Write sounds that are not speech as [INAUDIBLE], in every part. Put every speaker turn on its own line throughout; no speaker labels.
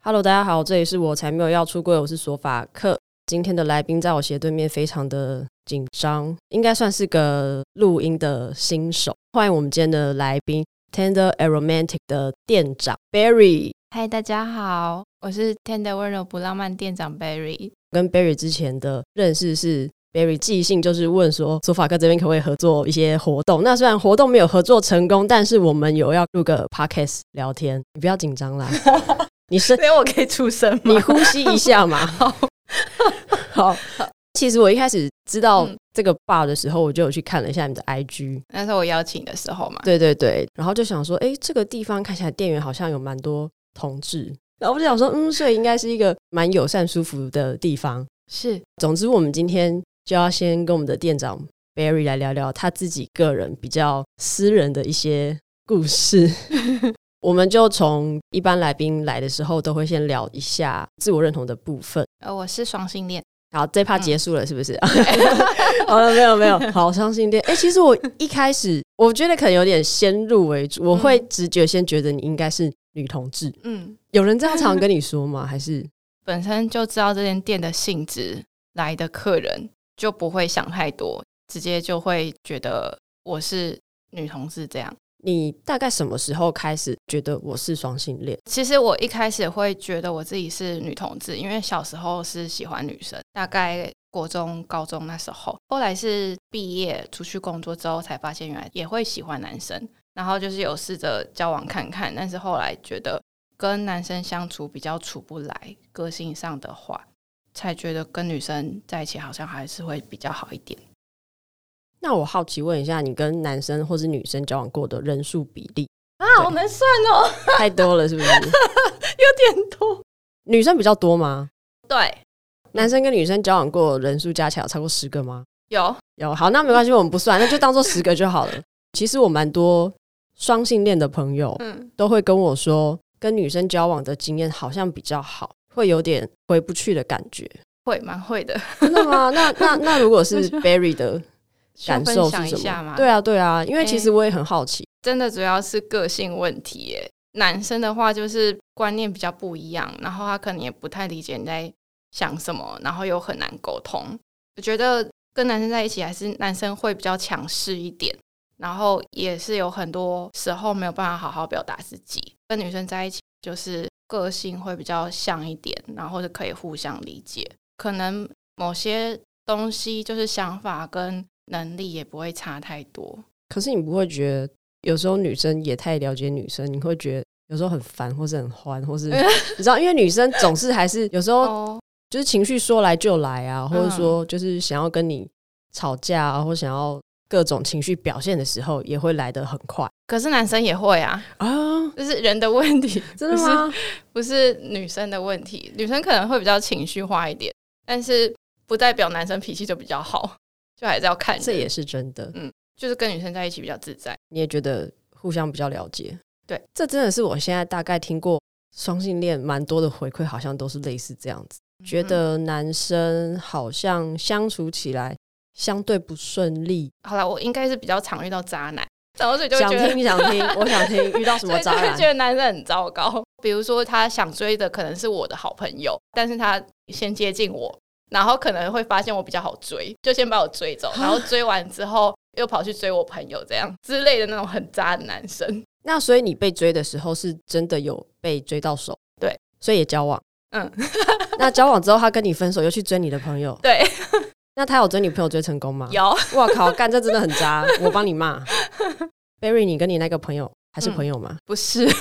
Hello，大家好，这里是我才没有要出柜，我是索法克。今天的来宾在我斜对面，非常的紧张，应该算是个录音的新手。欢迎我们今天的来宾，Tender Aromantic 的店长 Barry。
嗨，大家好，我是 Tender 温柔不浪漫店长 Berry。
跟 Barry 之前的认识是。Barry 寄信就是问说，索法克这边可不可以合作一些活动？那虽然活动没有合作成功，但是我们有要录个 podcast 聊天，你不要紧张啦，你是
[LAUGHS] 所以我可以出声吗？
你呼吸一下嘛。好， [LAUGHS] 其实我一开始知道
嗯
这个 bar 的时候，我就有去看了一下你的 IG，
那时候我邀请的时候嘛，
对对对，然后就想说，哎，这个地方看起来店员好像有蛮多同志，然后我就想说，嗯，所以应该是一个蛮友善、舒服的地方。
是
总之，我们今天就要先跟我们的店长 Barry 来聊聊他自己个人比较私人的一些故
[LAUGHS]
事。我们就从一般来宾来的时候，都会先聊一下自我认同的部分。
呃，我是双性 [LAUGHS] 恋，
好，这趴
嗯
结束了，是不是？ [LAUGHS] 好哦了，没有没有，好伤心点。哎、其实我一开始我觉得可能有点先入为主，我会直觉先觉得你应该是女同志。
嗯，
有人这样常跟你说吗？还是
本身就知道这间店的性质，来的客人就不会想太多，直接就会觉得我是女同志这样。
你大概什么时候开始觉得我是双性恋？
其实我一开始会觉得我自己是女同志，因为小时候是喜欢女生，大概国中、高中那时候。后来是毕业出去工作之后，才发现原来也会喜欢男生。然后就是有试着交往看看，但是后来觉得跟男生相处比较处不来，个性上的话，才觉得跟女生在一起好像还是会比较好一点。
那我好奇问一下，你跟男生或是女生交往过的人数比例
啊，
好
好难算哦， [LAUGHS]
太多了，是不是？ [LAUGHS]
有点多。
女生比较多吗？
对，
男生跟女生交往过的人数加起来有超过十个吗？
有
有，好，那没关系，我们不算，那就当做十个就好了。其实我蛮多双性恋的朋友，
嗯，
都会跟我说，跟女生交往的经验好像比较好，会有点回不去的感
[LAUGHS]
觉。
会蛮会的，
真的吗？那那那如果是 Barry 的
需要
感
分
受
享
是
一
什
下
么
吗？？哎
对啊，对啊，因为其实我也很好奇。
真的主要是个性问题耶。男生的话就是观念比较不一样，然后他可能也不太理解你在想什么，然后又很难沟通。我觉得跟男生在一起，还是男生会比较强势一点，然后也是有很多时候没有办法好好表达自己。跟女生在一起，就是个性会比较像一点，然后就可以互相理解。可能某些东西就是想法跟能力也不会差太多。
可是你不会觉得有时候女生也太了解女生，你会觉得有时候很烦，或是很欢，
[LAUGHS]
或是你知道，因为女生总是还是有时候
哦，嗯
就是情绪说来就来啊，或者说就是想要跟你吵架啊，或想要各种情绪表现的时候，也会来得很快
可是男生也会啊，
啊。
这是人的问题，
真的吗？
不是女生的问题。 [LAUGHS] 女生可能会比较情绪化一点，但是不代表男生脾气就比较好， [LAUGHS] 就还是要看人。
这也是真的。
就是跟女生在一起比较自在。
你也觉得互相比较了解。
对，
这真的是我现在大概听过双性恋蛮多的回馈，好像都是类似这样子，
嗯
觉得男生好像相处起来相对不顺利。
好了，我应该是比较常遇到渣男，然后所以就会
想
觉得
听想听，我想听遇到什
所
么
以
渣
就会觉
男？
得男生很糟糕。比如说，他想追的可能是我的好朋友，但是他先接近我，然后可能会发现我比较好追，就先把我追走，然后追完之后又跑去追我朋友，这样之类的那种很渣的男生。
那所以你被追的时候是真的有被追到手，
对，
所以也交往。
嗯，
[LAUGHS] 那交往之后他跟你分手，又去追你的朋友，
对，
那他有追你朋友追成功吗？
有 [LAUGHS]
我靠，干这真的很渣，我帮你骂。Barry，你跟你那个朋友还
嗯
是朋友吗？
不是？ [LAUGHS]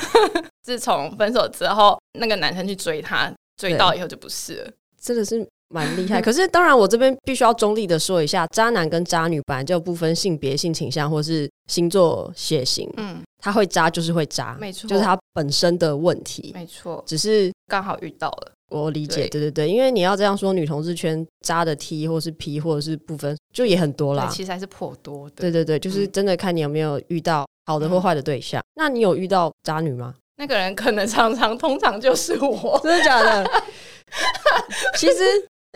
自从分手之后，那个男生去追她，追到以后就不是了。
真的是蛮厉害。可是当然，我这边必须要中立的说一下，渣男跟渣女本来就不分性别、性倾向或是星座、血型，
嗯，
他会渣就是会渣，
没错
就是他本身的问题。
没错，
只是
刚好遇到了。
我理解，
对
对对对，因为你要这样说，女同志圈渣的 T 或是 P 或者是不分，就也很多啦
对，。其实还是颇多的。
对对对，就是
嗯
真的看你有没有遇到好的或坏的对象。那你有遇到渣女吗？
那个人可能常常通常就是我。
真的假的？ [LAUGHS] 其实。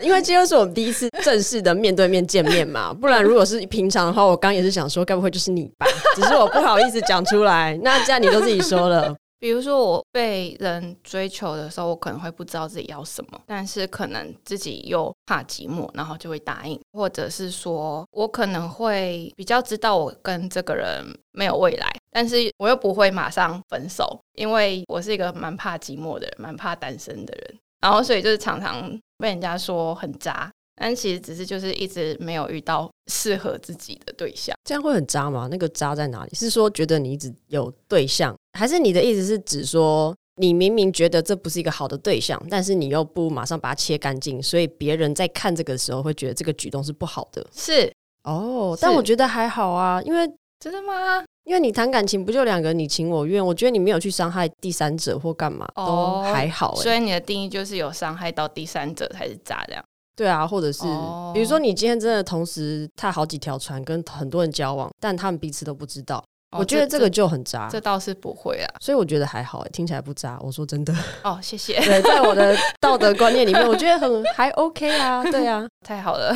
因为今天是我们第一次正式的面对面见面 [LAUGHS] 嘛，不然如果是平常的话，我刚也是想说，该不会就是你吧？只是我不好意思讲出来。那既然你都自己说了 [LAUGHS]
比如说我被人追求的时候，我可能会不知道自己要什么，但是可能自己又怕寂寞，然后就会答应，或者是说我可能会比较知道我跟这个人没有未来，但是我又不会马上分手，因为我是一个蛮怕寂寞的人，蛮怕单身的人，然后所以就是常常被人家说很渣。但其实只是就是一直没有遇到适合自己的对象。
这样会很渣吗？那个渣在哪里？是说觉得你一直有对象，还是你的意思是指说你明明觉得这不是一个好的对象，但是你又不马上把它切干净，所以别人在看这个时候会觉得这个举动是不好的？
是
哦，但
是
我觉得还好啊，因为
真的吗？
因为你谈感情不就两个人你情我愿，我觉得你没有去伤害第三者或干嘛，
哦
都还好、欸。
所以你的定义就是有伤害到第三者才是渣这样。
对啊，或者是、
哦
比如说你今天真的同时踏好几条船，跟很多人交往，但他们彼此都不知道，
哦
我觉得这个就很渣
这。倒是不会啊。
所以我觉得还好、欸，听起来不渣。我说
[LAUGHS]
真的，
哦，谢谢，
对，在我的道德观念里面，我觉得很还 OK 啊，对
[LAUGHS]
啊，
太好了。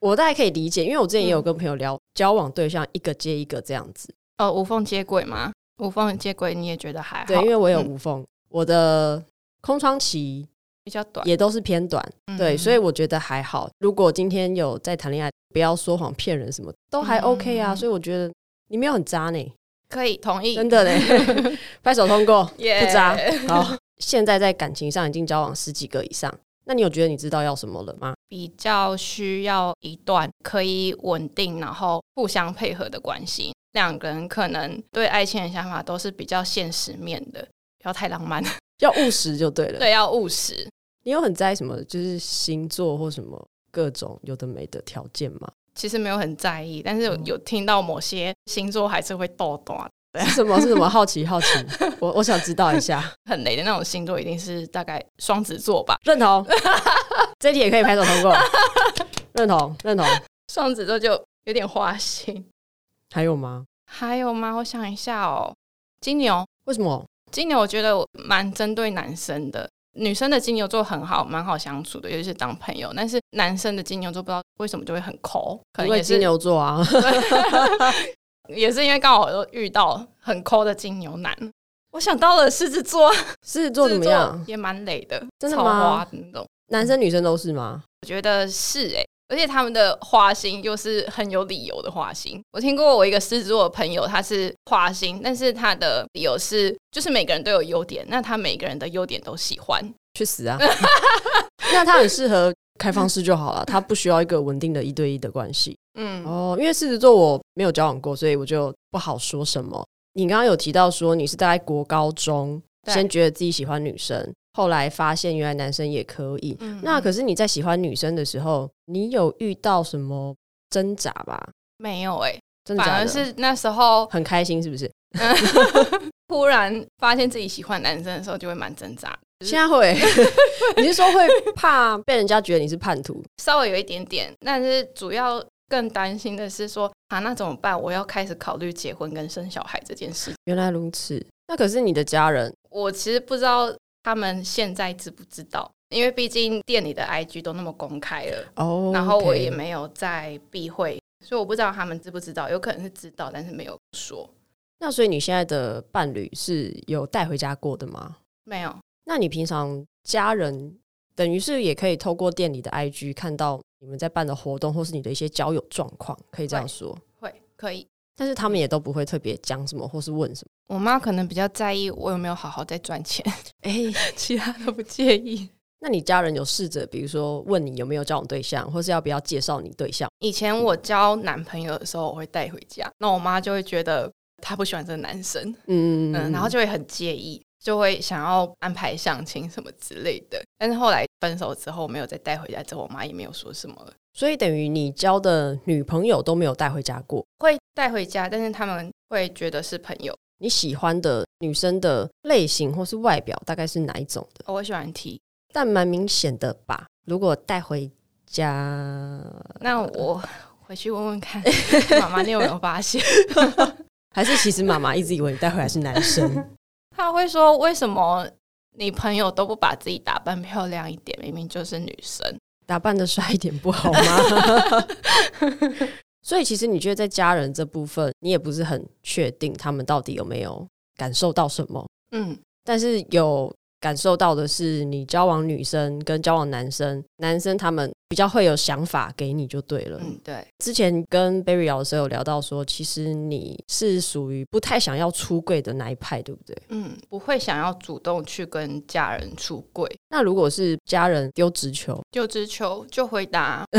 我大概可以理解，因为我之前也有跟朋友聊、交往对象一个接一个这样子，
哦，无缝接轨吗？无缝接轨你也觉得还好？
对，因为我有
嗯
无缝，我的空窗期
比较短。
也都是偏短，
嗯
对，所以我觉得还好。如果今天有在谈恋爱，不要说谎骗人，什么都还
嗯
OK 啊。所以我觉得你没有很渣呢，
可以同意，
真的呢， [LAUGHS] 拍手通过，
耶
不渣。好，现在在感情上已经交往十几个以上，那你有觉得你知道要什么了吗？
比较需要一段可以稳定，然后互相配合的关系。两个人可能对爱情的想法都是比较现实面的，不要太浪漫，
要务实就对了。
[LAUGHS] 对，要务实。
你有很在意什么，就是星座或什么各种有的没的条件吗？
其实没有很在意，但是有
嗯
有听到某些星座还是会斗短，
是什么？是什么？好奇好奇，我我想知道一下。
[LAUGHS] 很雷的那种星座，一定是大概双子座吧。
认
[LAUGHS]
同，这题也可以拍手通过。认同，认同。
双子座就有点花
[LAUGHS]
心。
还有吗？
还有吗？我想一下哦，金牛，
为什么？
金牛我觉得我蛮针对男生的。女生的金牛座很好，蛮好相处的，尤其是当朋友。但是男生的金牛座不知道为什么就会很抠，可
因
能
为
也是
金牛座
[LAUGHS]
啊， [LAUGHS]
也是因为刚好都遇到很抠的金牛男。我想到了狮子座，
狮子座怎么
狮子
样
座？也蛮累的，
真的
超
吗
花的那种。
男生女生都是吗？
我觉得是哎、而且他们的花心又是很有理由的花心。我听过我一个狮子座的朋友，他是花心，但是他的理由是，就是每个人都有优点，那他每个人的优点都喜欢。
去死
[LAUGHS]
啊！那他很适合开放式就好了，他不需要一个稳定的一对一的关系
嗯，
哦。因为狮子座我没有交往过，所以我就不好说什么。你刚刚有提到说你是大概国高中
对
先觉得自己喜欢女生，后来发现原来男生也可以。
嗯
那可是你在喜欢女生的时候，你有遇到什么挣扎吧？
没有哎、
挣
反
扎
而
的
是那时候
很开心，是不是？
突然发现自己喜欢男生的时候，就会蛮挣扎的，
[LAUGHS] 现在会，你是说会怕被人家觉得你是叛徒？
稍微有一点点，但是主要。更担心的是说啊，那怎么办？我要开始考虑结婚跟生小孩这件事
原来如此，那可是你的家人
我其实不知道他们现在知不知道，因为毕竟店里的 IG 都那么公开了，
哦
然后我也没有在避讳，所以我不知道他们知不知道，有可能是知道，但是没有说，
那所以你现在的伴侣是有带回家过的吗？
没有。
那你平常家人等于是也可以透过店里的 IG 看到你们在办的活动，或是你的一些交友状况，可以这样
会
说。
会可以，
但是他们也都不会特别讲什么，或是问什么。
我妈可能比较在意我有没有好好在赚钱， [LAUGHS]
哎、
其他都不介意。
那你家人有试着，比如说问你有没有交往对象，或是要不要介绍你对象？
以前我交男朋友的时候，我会带回家，那我妈就会觉得她不喜欢这个男生，
嗯
嗯，然后就会很介意，就会想要安排相亲什么之类的。但是后来分手之后，我没有再带回家，之后我妈也没有说什么了。
所以等于你交的女朋友都没有带回家过。
会带回家，但是他们会觉得是朋友。
你喜欢的女生的类型或是外表大概是哪一种的？
哦我喜欢 T，
但蛮明显的吧。如果带回家，
那我回去问
[LAUGHS]
问看妈妈，你有没有发现？ [LAUGHS]
还是其实妈妈一直以为你带回来是男生，
她会说为什么你朋友都不把自己打扮漂亮一点，明明就是女生。
打扮的帅一点不好吗？ [LAUGHS] 所以其实你觉得在家人这部分，你也不是很确定他们到底有没有感受到什么，
嗯，
但是有感受到的是，你交往女生跟交往男生，男生他们比较会有想法给你就对了。
嗯，对，
之前跟 Berry 聊的时候有聊到说，其实你是属于不太想要出柜的那一派，对不对？
嗯，不会想要主动去跟家人出柜。
那如果是家人丢直球，
丢直球就回答， [LAUGHS]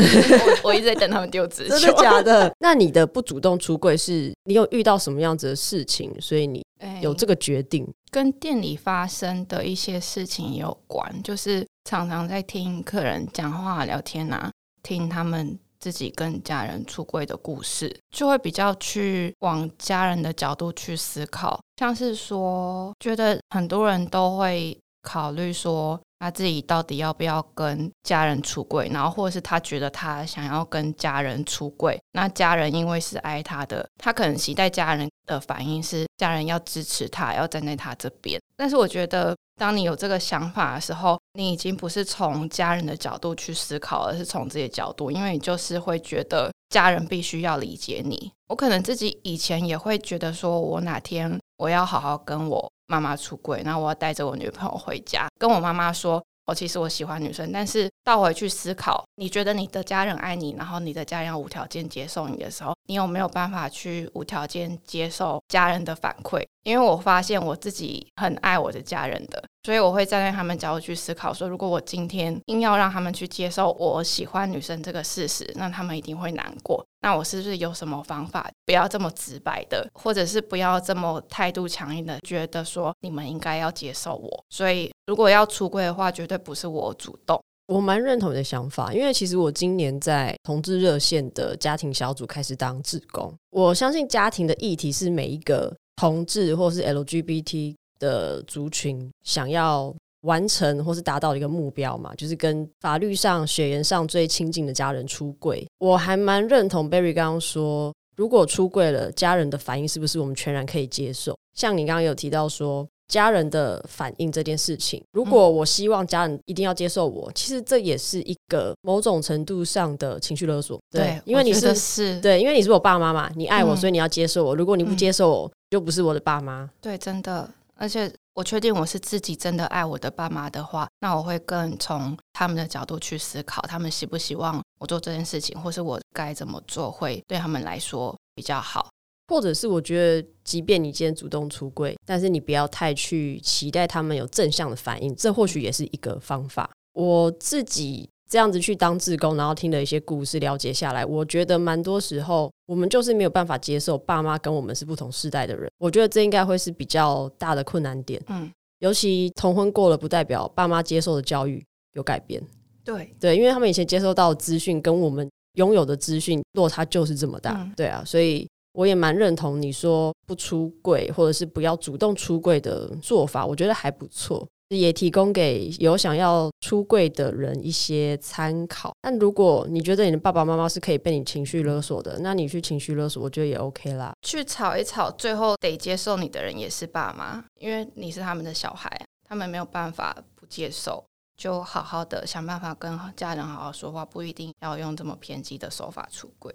我我一直在等他们丢直球。 [LAUGHS]
真的假的？那你的不主动出柜是你有遇到什么样子的事情，所以你
哎
有这个决定？
跟店里发生的一些事情也有关，就是常常在听客人讲话、聊天啊，听他们自己跟家人出柜的故事，就会比较去往家人的角度去思考。像是说，觉得很多人都会考虑说。他自己到底要不要跟家人出柜，然后或者是他觉得他想要跟家人出柜，那家人因为是爱他的，他可能期待家人的反应是家人要支持他，要站在他这边。但是我觉得，当你有这个想法的时候，你已经不是从家人的角度去思考，而是从自己的角度，因为你就是会觉得家人必须要理解你。我可能自己以前也会觉得，说我哪天我要好好跟我妈妈出轨，然后我要带着我女朋友回家，跟我妈妈说。我、其实我喜欢女生，但是倒回去思考，你觉得你的家人爱你，然后你的家人要无条件接受你的时候，你有没有办法去无条件接受家人的反馈？因为我发现我自己很爱我的家人的，所以我会站在他们角度去思考说，如果我今天硬要让他们去接受我喜欢女生这个事实，那他们一定会难过。那我是不是有什么方法，不要这么直白的，或者是不要这么态度强硬的，觉得说你们应该要接受我？所以如果要出柜的话，绝对不是我主动。
我蛮认同你的想法，因为其实我今年在同志热线的家庭小组开始当志工。我相信家庭的议题是每一个同志或是 LGBT 的族群想要完成或是达到的一个目标嘛，就是跟法律上、血缘上最亲近的家人出柜。我还蛮认同 Berry 刚刚说，如果出柜了，家人的反应是不是我们全然可以接受？像你刚刚有提到说。家人的反应这件事情，如
嗯
果我希望家人一定要接受我，其实这也是一个某种程度上的情绪勒索。因为你
我觉
是
得是
对，因为你是我爸妈嘛，你爱我，
嗯
所以你要接受我。如果你不接受我，就不是我的爸妈。
对，真的，而且我确定我是自己真的爱我的爸妈的话，那我会更从他们的角度去思考，他们希不希望我做这件事情，或是我该怎么做会对他们来说比较好。
或者是我觉得，即便你今天主动出柜，但是你不要太去期待他们有正向的反应，这或许也是一个方法。我自己这样子去当志工，然后听了一些故事，了解下来，我觉得蛮多时候我们就是没有办法接受爸妈跟我们是不同世代的人，我觉得这应该会是比较大的困难点。
嗯，
尤其同婚过了，不代表爸妈接受的教育有改变。
对，
对，因为他们以前接收到的资讯跟我们拥有的资讯落差就是这么大，
嗯
对啊，所以我也蛮认同你说不出柜或者是不要主动出柜的做法，我觉得还不错。也提供给有想要出柜的人一些参考。但如果你觉得你的爸爸妈妈是可以被你情绪勒索的，那你去情绪勒索，我觉得也 OK 啦。
去吵一吵，最后得接受你的人也是爸妈，因为你是他们的小孩，他们没有办法不接受。就好好的想办法跟家人好好说话，不一定要用这么偏激的手法出轨。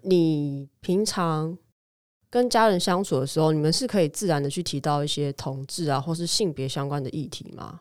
你平常跟家人相处的时候，你们是可以自然的去提到一些同志啊，或是性别相关的议题吗？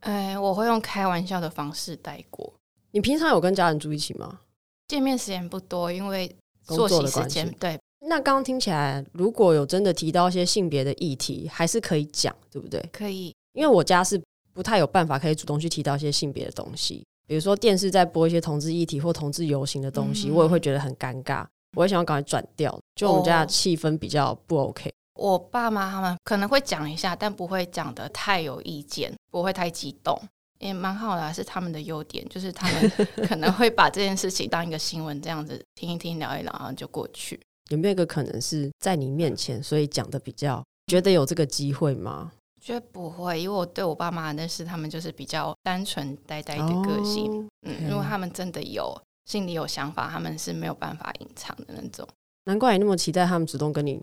哎，我会用开玩笑的方式带过，
你平常有跟家人住一起吗？
见面时间不多，因为
工
作
作
息
的
时
关
间
系
对，
那刚刚听起来，如果有真的提到一些性别的议题，还是可以讲，对不对？
可以
因为我家是不太有办法可以主动去提到一些性别的东西，比如说电视在播一些同志议题或同志游行的东西，
嗯
我也会觉得很尴尬，我也想要赶快转掉。就我们家的
哦
气氛比较不 OK，、
我爸妈他们可能会讲一下，但不会讲的太有意见，不会太激动，也蛮好的啊、是他们的优点，就是他们
[LAUGHS]
可能会把这件事情当一个新闻这样子听一听、聊一聊，然后就过去。
有没有一个可能是在你面前，所以讲的比较觉得有这个机会吗？
觉得不会，因为我对我爸妈认识，他们就是比较单纯、呆呆的个性。
哦
嗯，
OK
如果他们真的有心里有想法，他们是没有办法隐藏的那种。 [LAUGHS]
难怪你那么期待他们主动跟你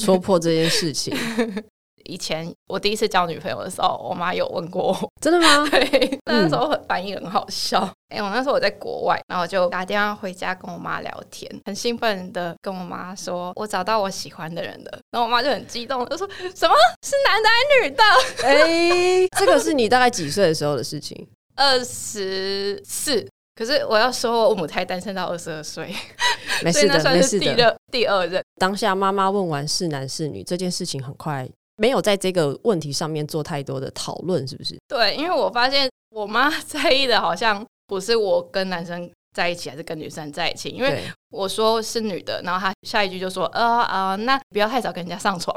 戳破这件事情。
以前我第一次交女朋友的时候，我妈有问过我，
真的吗？
对，那时候很反应很好笑。哎、我那时候我在国外，然后就打电话回家跟我妈聊天，很兴奋的跟我妈说我找到我喜欢的人了。然后我妈就很激动，就说什么是男的还是女的？
哎、这个是你大概几岁的时候的事
[LAUGHS]
情？
二十四。可是我要说，我母胎单身到二十二岁，
没
所以
事
那
哎的，
算
没
是
事
第
的。
二第二任。
当下妈妈问完是男是女这件事情，很快没有在这个问题上面做太多的讨论，是不是？
对，因为我发现我妈在意的好像不是我跟男生在一起，还是跟女生在一起，因为
对，
我说是女的，然后她下一句就说：“呃呃，那不要太早跟人家上床。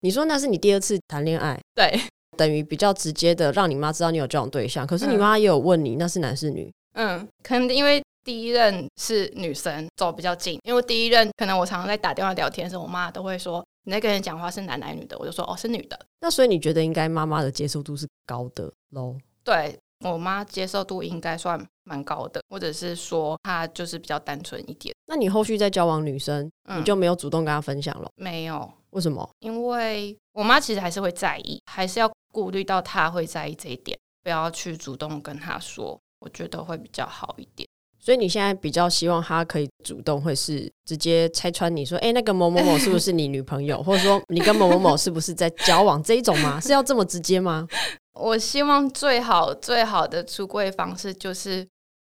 你说那是你第二次谈恋爱，”
对，
等于比较直接的让你妈知道你有交往对象，可是你
嗯
妈也有问你那是男是女，
嗯，可能因为第一任是女生，走比较近，因为第一任可能我常常在打电话聊天的时候，我妈都会说：“你在跟人讲话是男男女的？”我就说：“哦，是女的。
那所以你觉得应该妈妈的接受度是高的喽？”
对我妈接受度应该算蛮高的，或者是说她就是比较单纯一点。
那你后续再交往女生，
嗯，
你就没有主动跟她分享了？
没有，
为什么？
因为我妈其实还是会在意，还是要顾虑到她会在意这一点，不要去主动跟她说，我觉得会比较好一点。
所以你现在比较希望她可以主动，会是直接拆穿你说，哎、那个某某某是不是你女朋友，或 [LAUGHS] 者说你跟某某某是不是在交往这一种吗？ [LAUGHS] 是要这么直接吗？
我希望最好最好的出柜方式就是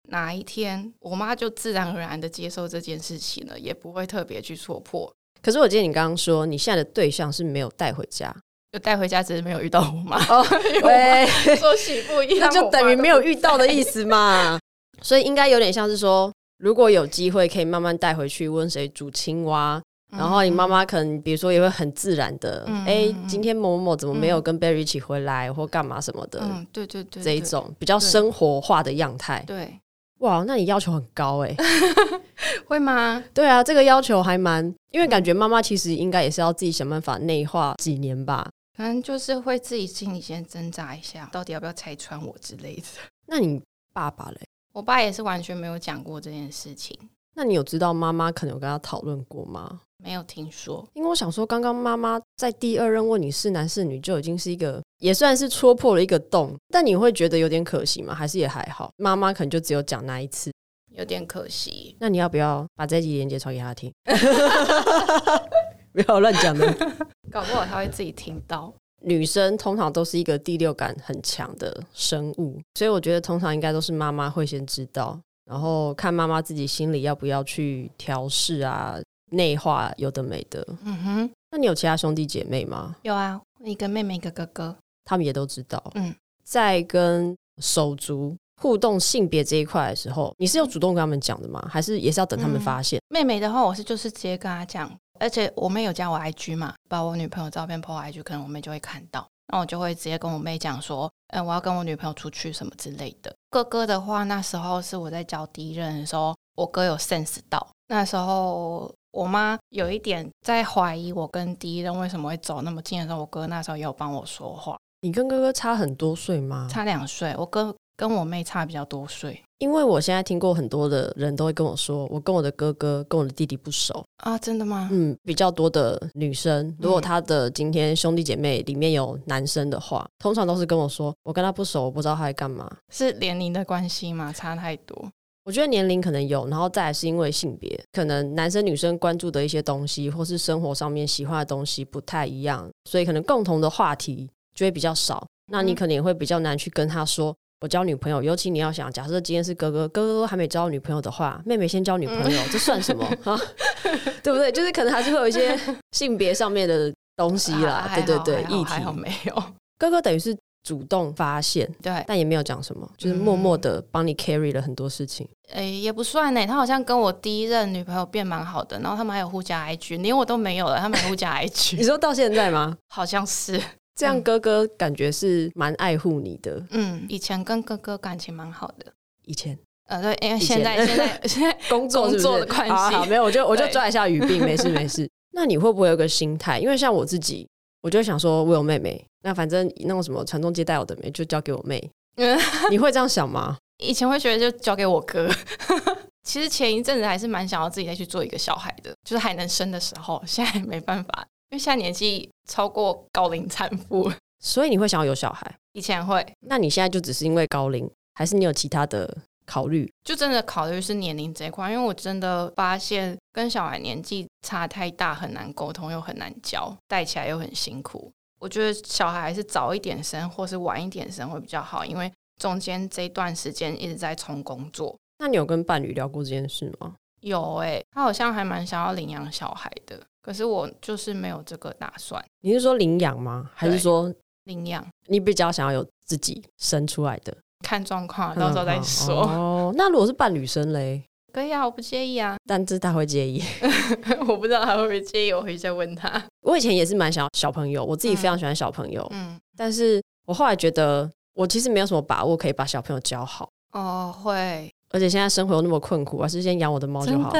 哪一天我妈就自然而然的接受这件事情了，也不会特别去戳破。
可是我记得你刚刚说，你现在的对象是没有带回家，
就带回家，只是没有遇到我妈， [LAUGHS]
哦
因为我妈
喂，
说喜不一
那
样，
就等于没有遇到的意
[LAUGHS] 思。
思嘛。 [LAUGHS] 所以应该有点像是说，如果有机会可以慢慢带回去，问谁煮青蛙，然后你妈妈可能，比如说也会很自然的，
嗯
哎、
嗯嗯
今天某某某怎么没有跟 Berry 一起回来，或干嘛什么的，
嗯，对对对，
这一
对
种比较生活化的样态。
对
哇，那你要求很高哎、
会吗？
对啊，这个要求还蛮，因为感觉妈妈其实应该也是要自己想办法内化几年吧。
可能就是会自己心里先挣扎一下，到底要不要拆穿我之类的。
那你爸爸嘞？
我爸也是完全没有讲过这件事情，
那你有知道妈妈可能有跟他讨论过吗？
没有听说。
因为我想说，刚刚妈妈在第二任问你是男是女，就已经是一个也算是戳破了一个洞，但你会觉得有点可惜吗？还是也还好？妈妈可能就只有讲那一次。
有点可惜，
那你要不要把这一集连接传给他
[LAUGHS]
听？ [LAUGHS] 不要乱讲的。
搞不好他会自己听到。
女生通常都是一个第六感很强的生物，所以我觉得通常应该都是妈妈会先知道，然后看妈妈自己心里要不要去调试啊、内化有的没的。
嗯哼，
那你有其他兄弟姐妹吗？
有啊，一个妹妹，一个哥哥。
他们也都知道。
嗯，
在跟手足互动性别这一块的时候，你是有主动跟他们讲的吗？还是也是要等他们发现？
妹妹的话，我是就是直接跟她讲，而且我妹有加我 IG 嘛，把我女朋友照片 po 我 IG，可能我妹就会看到，那我就会直接跟我妹讲说，嗯，我要跟我女朋友出去什么之类的。哥哥的话，那时候是我在交第一任的时候，我哥有 sense 到，那时候我妈有一点在怀疑我跟第一任为什么会走那么近的时候，我哥那时候也有帮我说话，
你跟哥哥差很多岁吗？
差两岁，我哥跟我妹差比较多岁
因为我现在听过很多的人都会跟我说，我跟我的哥哥跟我的弟弟不熟。
啊，真的吗？
嗯，比较多的女生，如果她的今天兄弟姐妹里面有男生的话，通常都是跟我说，我跟他不熟，我不知道他在干嘛。
是年龄的关系吗？差太多。
我觉得年龄可能有，然后再来是因为性别，可能男生女生关注的一些东西，或是生活上面喜欢的东西不太一样，所以可能共同的话题就会比较少。那
嗯
你可能也会比较难去跟他说。我交女朋友，尤其你要想，假设今天是哥哥，哥哥还没交女朋友的话，妹妹先交女朋
嗯
友，这算什么 [LAUGHS] 啊？对不对？就是可能还是会有一些性别上面的东西啦，
啊
对对对
还，好
议
还
题。
好没有。 [LAUGHS]
哥哥等于是主动发现，
对，
但也没有讲什么，就是默默
嗯
的帮你 carry 了很多事情。
诶，也不算欸呢。他好像跟我第一任女朋友变蛮好的，然后他们还有互加 IG，连我都没有了，他们还
[LAUGHS]
互加
你
IG，
说到现在吗？
好像是。
这样哥哥感觉是蛮爱护你的。
嗯，以前跟哥哥感情蛮好的。
以前
呃，对，因为
以前
现在现在
[LAUGHS]
现在
工
作
是不是
工作的关系
好好没有， [LAUGHS] 我就我就
对
抓一下语病，没事没事。 [LAUGHS] 那你会不会有个心态？因为像我自己，我就会想说，我有妹妹，那反正那种什么传宗接代我的妹就交给我 [LAUGHS] 妹。你会这样想吗？
嗯以前会觉得就交给我哥。 [LAUGHS] 其实前一阵子还是蛮想要自己再去做一个小孩的，就是还能生的时候，现在没办法。因为现在年纪超过高龄产妇，
所以你会想要有小孩？
以前会
那你现在就只是因为高龄，还是你有其他的考虑？
就真的考虑是年龄这一块，因为我真的发现跟小孩年纪差太大，很难沟通又很难教，带起来又很辛苦。我觉得小孩还是早一点生或是晚一点生会比较好，因为中间这一段时间一直在冲工作。
那你有跟伴侣聊过这件事吗？
有诶、他好像还蛮想要领养小孩的，可是我就是没有这个打算
你是说领养吗？还是
对
说
领养，
你比较想要有自己生出来的？
看状况，啊到时候再说。
哦，那如果是伴侣生嘞，
[LAUGHS] 可以啊，我不介意啊， [LAUGHS]
但是他会介意。 [LAUGHS]
我不知道他会不会介意，我回去再问他。
我以前也是蛮想要小朋友，我自己非常喜欢小朋友，
嗯，
但是我后来觉得我其实没有什么把握可以把小朋友教好，
哦，会，
而且现在生活又那么困苦，我还是先养我的猫哦就
真
好。 [LAUGHS]
的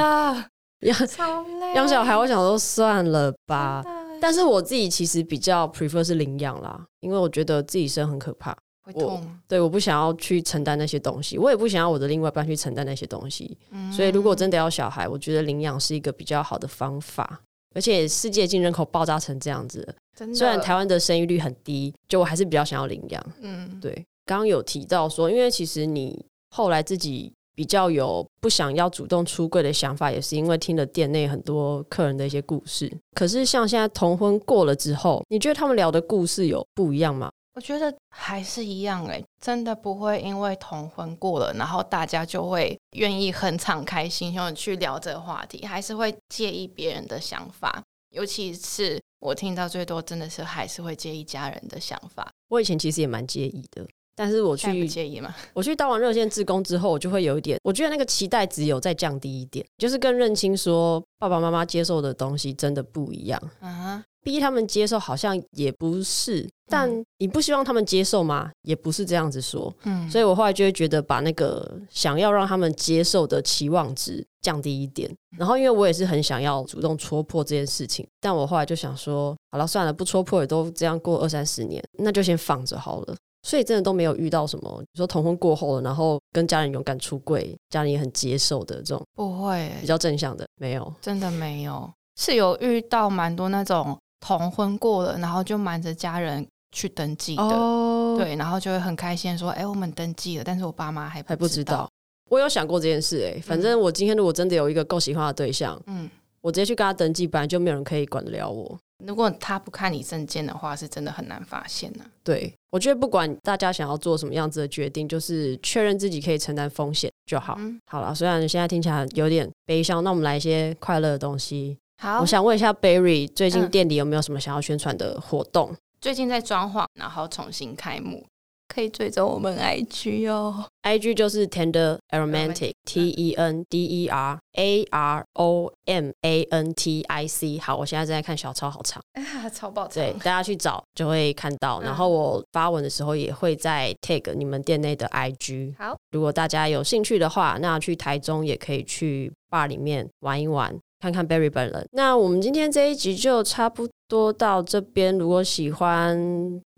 养
超累，
养小孩，我想说算了吧。
真的
但是我自己其实比较 prefer 是领养啦，因为我觉得自己生很可怕，
会
我
痛，
对，我不想要去承担那些东西，我也不想要我的另外一半去承担那些东西。
嗯
所以如果真的要小孩，我觉得领养是一个比较好的方法。而且世界性人口爆炸成这样子，
真的
虽然台湾的生育率很低，就我还是比较想要领养。
嗯
对，刚刚有提到说，因为其实你后来自己比较有不想要主动出柜的想法，也是因为听了店内很多客人的一些故事。可是像现在同婚过了之后，你觉得他们聊的故事有不一样吗？
我觉得还是一样哎、真的不会因为同婚过了，然后大家就会愿意很敞开心胸地去聊这个话题，还是会介意别人的想法，尤其是我听到最多真的是还是会介意家人的想法，
我以前其实也蛮介意的，但是我
现在不
去
介意吗？
我去当完热线志工之后，我就会有一点，我觉得那个期待值有再降低一点，就是更认清说爸爸妈妈接受的东西真的不一样。
啊，
逼他们接受好像也不是，但你不希望他们接受吗？也不是这样子说，
嗯，
所以我后来就会觉得把那个想要让他们接受的期望值降低一点。然后因为我也是很想要主动戳破这件事情，但我后来就想说，好了算了，不戳破也都这样过二三十年，那就先放着好了。所以真的都没有遇到什么，你说同婚过后了，然后跟家人勇敢出柜，家人也很接受的这种
不会欸、
比较正向的，没有。
真的没有，是有遇到蛮多那种同婚过了，然后就瞒着家人去登记的。
哦
对，然后就会很开心地说：“哎、我们登记了，但是我爸妈还
还不
不
知道。我有想过这件事、欸，反正我今天如果真的有一个够喜欢的对象，
嗯，
我直接去跟他登记，本来就没有人可以管得了我。
如果他不看你证件的话，是真的很难发现呢、
对，我觉得不管大家想要做什么样子的决定，就是确认自己可以承担风险就好。
嗯，
好了，虽然现在听起来有点悲伤，那我们来一些快乐的东西。
好，
我想问一下 Berry，最近
嗯
店里有没有什么想要宣传的活动？
最近在装潢，然后重新开幕，可以追踪我们 IG 哦。 [LAUGHS]
I G 就是 Tender
嗯
Aromantic T E N D E R A R O M A N T I C。好，我现在正在看小抄，好长。
啊，超爆
对，
长
大家去找就会看到。
嗯
然后我发文的时候也会在 tag 你们店内的 IG。
好，
如果大家有兴趣的话，那去台中也可以去 bar 里面玩一玩，看看 Berry 本人。那我们今天这一集就差不多到这边。如果喜欢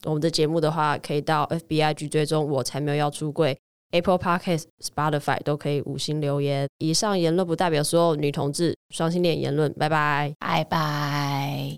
我们的节目的话，可以到 FBIG 追踪我才没有要出柜。Apple Podcast、Spotify 都可以五星留言。以上言论不代表所有女同志、双性恋言论。拜拜。
拜拜。